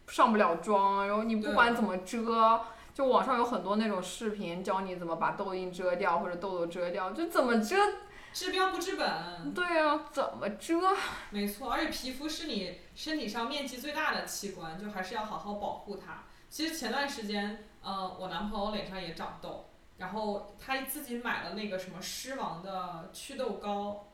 上不了妆，然后你不
对
管怎么遮，就网上有很多那种视频教你怎么把痘印遮掉或者痘痘遮掉，就怎么遮，
治标不治本，
对啊，怎么遮，
没错，而且皮肤是你身体上面积最大的器官，就还是要好好保护它。其实前段时间，呃，我男朋友脸上也长痘，然后他自己买了那个什么狮王的祛痘膏，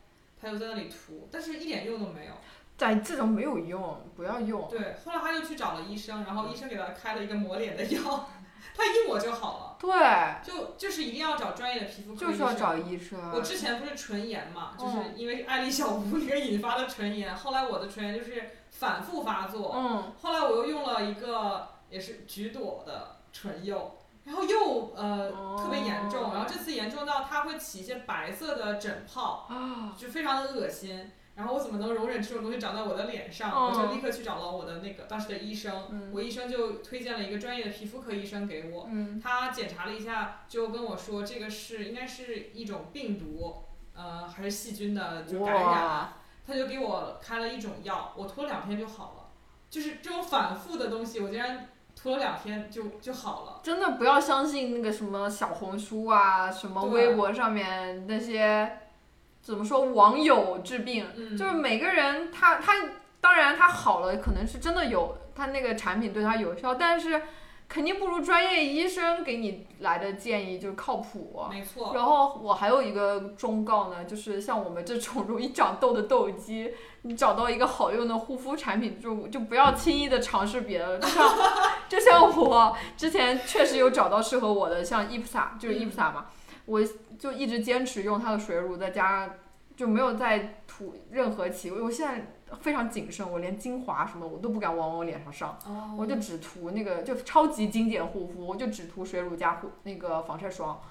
他就在那里涂，但是一点用都没有。
在这种没有用，不要用。
对，后来他又去找了医生，然后医生给他开了一个抹脸的药， 他一抹就好了。
对，
就就是一定要找专业的皮肤科
就
医
是要
生
找医生。
我之前不是唇炎嘛，就
嗯
是因为艾丽小吴那个引发的唇炎，后来我的唇炎就是反复发作，
嗯，
后来我又用了一个也是橘朵的唇釉，然后又呃、特别严重，然后这次严重到它会起一些白色的疹泡，
啊，
就非常的恶心。然后我怎么能容忍这种东西长在我的脸上？
哦
我就立刻去找了我的那个当时的医生，
嗯
我医生就推荐了一个专业的皮肤科医生给我，
嗯
他检查了一下，就跟我说这个是应该是一种病毒，呃，还是细菌的就感染，
哇，
他就给我开了一种药，我涂了两天就好了。就是这种反复的东西，我竟然涂了两天就就好了。
真的不要相信那个什么小红书啊，什么
对
微博上面那些怎么说网友治病，
嗯，
就是每个人他他当然他好了，可能是真的有他那个产品对他有效，但是肯定不如专业医生给你来的建议就是靠谱。
没错，
然后我还有一个忠告呢，就是像我们这种容易长痘的痘肌，你找到一个好用的护肤产品就就不要轻易的尝试别的，就像就像我之前确实有找到适合我的，像伊普萨就是伊普萨嘛，我就一直坚持用它的水乳，再加上就没有再涂任何其，我现在非常谨慎，我连精华什么我都不敢往我脸上上，
哦
我就只涂那个就超级精简护肤，我就只涂水乳加护那个防晒霜，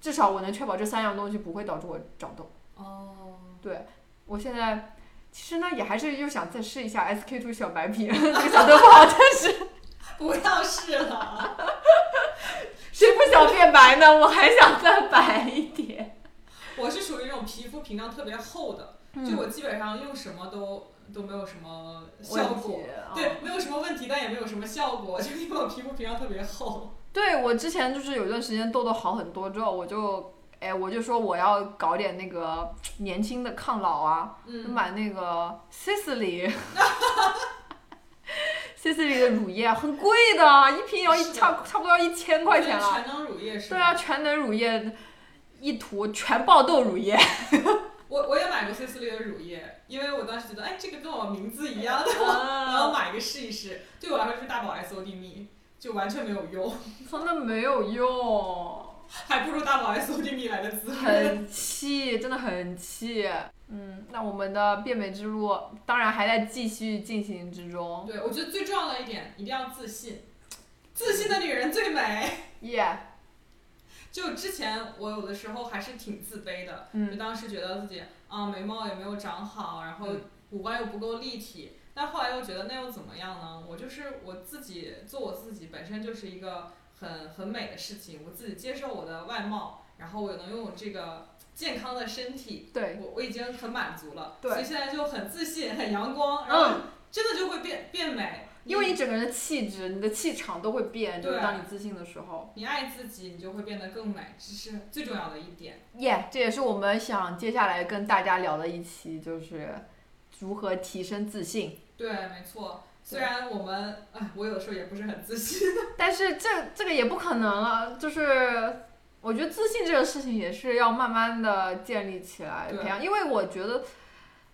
至少我能确保这三样东西不会导致我长痘。
哦，
我现在其实呢也还是又想再试一下 SK two 小白瓶， 这个小灯泡，但是
不要试了。
谁不想变白呢？我还想再白一点。
我是属于那种皮肤屏障特别厚的，就我基本上用什么都都没有什么效
嗯问
果
题。啊
对，没有什么问题，但也没有什么效果， 就是因为我皮肤屏障特别厚。
对我之前就是有一段时间痘痘好很多之后，我就哎，我就说我要搞点那个年轻的抗老啊，
嗯，
买那个 Sisley。Sisley 的乳液很贵的，一瓶要一
是
差差不多要一千块钱了。
全能乳液是
对
吧？
啊，全能乳液一涂全爆痘乳 液，
我我也买过 C 四 l 的乳液，因为我当时觉得，哎，这个跟我名字一样，
啊
我要买一个试一试。对我来说就是大宝 S O D 蜜，就完全没有用，
真的没有用。
还不如大宝 S O D 蜜来的滋润。
很气，真的很气。嗯，那我们的变美之路当然还在继续进行之中。
对，我觉得最重要的一点，一定要自信，自信的女人最美。
耶，
就之前我有的时候还是挺自卑的，就
嗯
当时觉得自己啊眉毛也没有长好，然后
嗯
五官又不够立体，但后来又觉得那又怎么样呢？我就是我自己做我自己，本身就是一个很很美的事情，我自己接受我的外貌，然后我能拥有这个健康的身体，
对，
我我已经很满足了，
对
所以现在就很自信，很阳光，然后
嗯，
真的就会变变美，
因为你整个人的气质、你的气场都会变，就是
对
当你自信的时候。
你爱自己，你就会变得更美，这是最重要的一点。
耶，这也是我们想接下来跟大家聊的一期，就是如何提升自信。
对，没错。虽然我们，哎，我有的时候也不是很自信，
但是这这个也不可能啊，就是。我觉得自信这个事情也是要慢慢的建立起来，
对
培养。因为我觉得，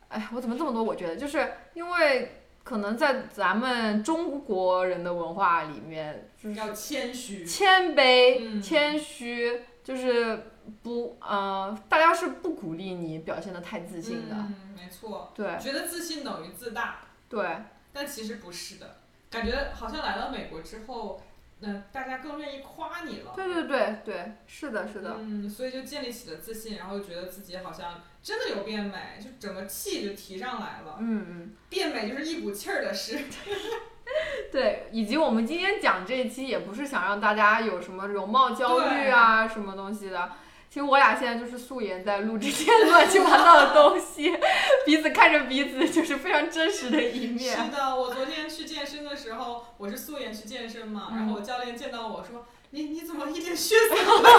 哎，我怎么这么多？我觉得就是因为可能在咱们中国人的文化里面，就是
要谦虚。
谦卑、
嗯
谦虚，就是不呃，大家是不鼓励你表现的太自信的。
嗯，没错。
对
觉得自信等于自大，
对，
但其实不是的。感觉好像来到美国之后，嗯、大家更愿意夸你了。
对对对对，是的，是的，
嗯，所以就建立起了自信，然后觉得自己好像真的有变美，就整个气就提上来了。
嗯嗯。
变美就是一股气儿的事。
对，以及我们今天讲这一期也不是想让大家有什么容貌焦虑啊，什么东西的。其实我俩现在就是素颜在录这些乱七八糟的东西， 彼此看着彼此，就是非常真实的一面。
是的，我昨天去健身的时候，我是素颜去健身嘛，
嗯
然后我教练见到我说：“你你怎么一点血色都没有？”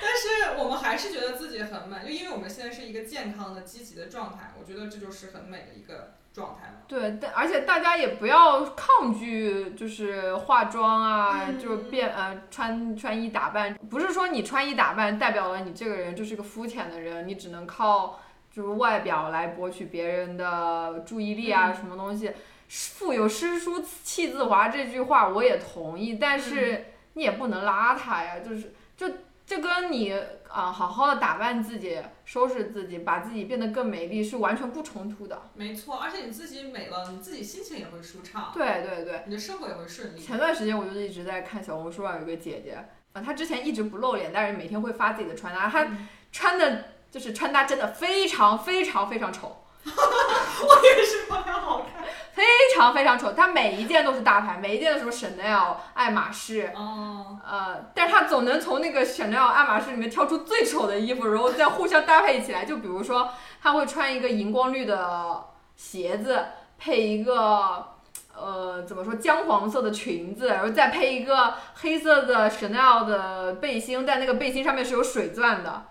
但是我们还是觉得自己很美，就因为我们现在是一个健康的、积极的状态，我觉得这就是很美的一个状态了。
对，但而且大家也不要抗拒，就是化妆啊，
嗯
就是变呃穿穿衣打扮，不是说你穿衣打扮代表了你这个人就是个肤浅的人，你只能靠就是外表来博取别人的注意力啊，
嗯
什么东西。腹有诗书气自华这句话我也同意，但
嗯
是你也不能邋遢呀，就是就这跟你啊、好好的打扮自己、收拾自己，把自己变得更美丽是完全不冲突的。
没错，而且你自己美了，你自己心情也会舒畅，
对对对。
你的生活也会顺利。
前段时间我就一直在看小红书上有一个姐姐，啊，她之前一直不露脸，但是每天会发自己的穿搭，她
嗯
穿的就是穿搭真的非常非常非常丑，
我也是非常好看。
非常非常丑。她每一件都是大牌，每一件都是什么 Chanel、爱马仕，
哦，
呃，但是她总能从那个 Chanel、爱马仕里面挑出最丑的衣服，然后再互相搭配起来。就比如说，她会穿一个荧光绿的鞋子，配一个。呃，怎么说姜黄色的裙子，然后再配一个黑色的 Chanel 的背心，但那个背心上面是有水钻的，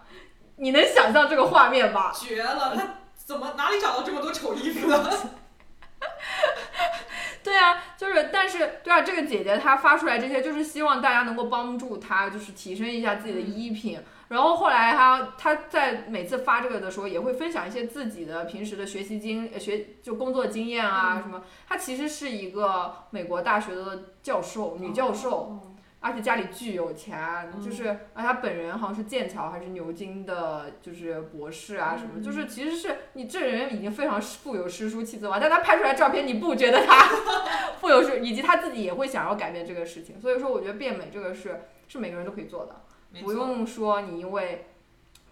你能想象这个画面吧？
绝了！他怎么哪里找到这么多丑衣服的？
对啊，就是，但是对啊，这个姐姐她发出来这些，就是希望大家能够帮助她，就是提升一下自己的衣品。然后后来她她在每次发这个的时候，也会分享一些自己的平时的学习经呃学就工作经验啊
嗯
什么。她其实是一个美国大学的教授，女教授。
哦
而且家里巨有钱，
嗯
就是而且他本人好像是剑桥还是牛津的，就是博士啊什么，
嗯
就是其实是你这人已经非常富有诗书气自华，但他拍出来照片你不觉 得他富有诗，以及他自己也会想要改变这个事情，所以说我觉得变美这个是是每个人都可以做的，
没
不
错。
用说你因为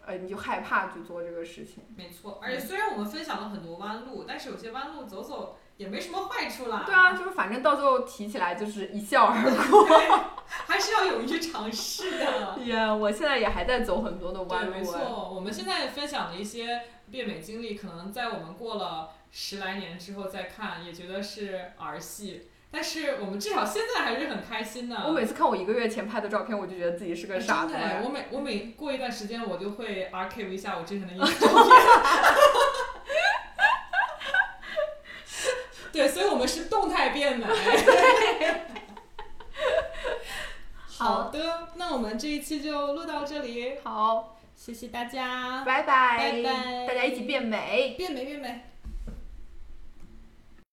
呃你就害怕去做这个事情，
没错，而且
嗯
虽然我们分享了很多弯路，但是有些弯路走走也没什么坏处啦。
对啊，就是反正到最后提起来就是一笑而
还是要勇于尝试的。
过。呀，我现在也还在走很多的 弯
对，没
路哎，
错，我们现在分享的一些变美经历，可能在我们过了十来年之后再看，也觉得是儿戏。但是我们至少现在还是很开心的。
我每次看我一个月前拍的照片，我就觉得自己是个傻子
真的
了
哎
呀。
我每我每过一段时间，我就会 archive 一下我之前的 一些照片。对，所以我们是动态变美。好的，那我们这一期就录到这里，
好，
谢谢大家，
拜拜，
啊拜拜
大家一起变美。
变美变美。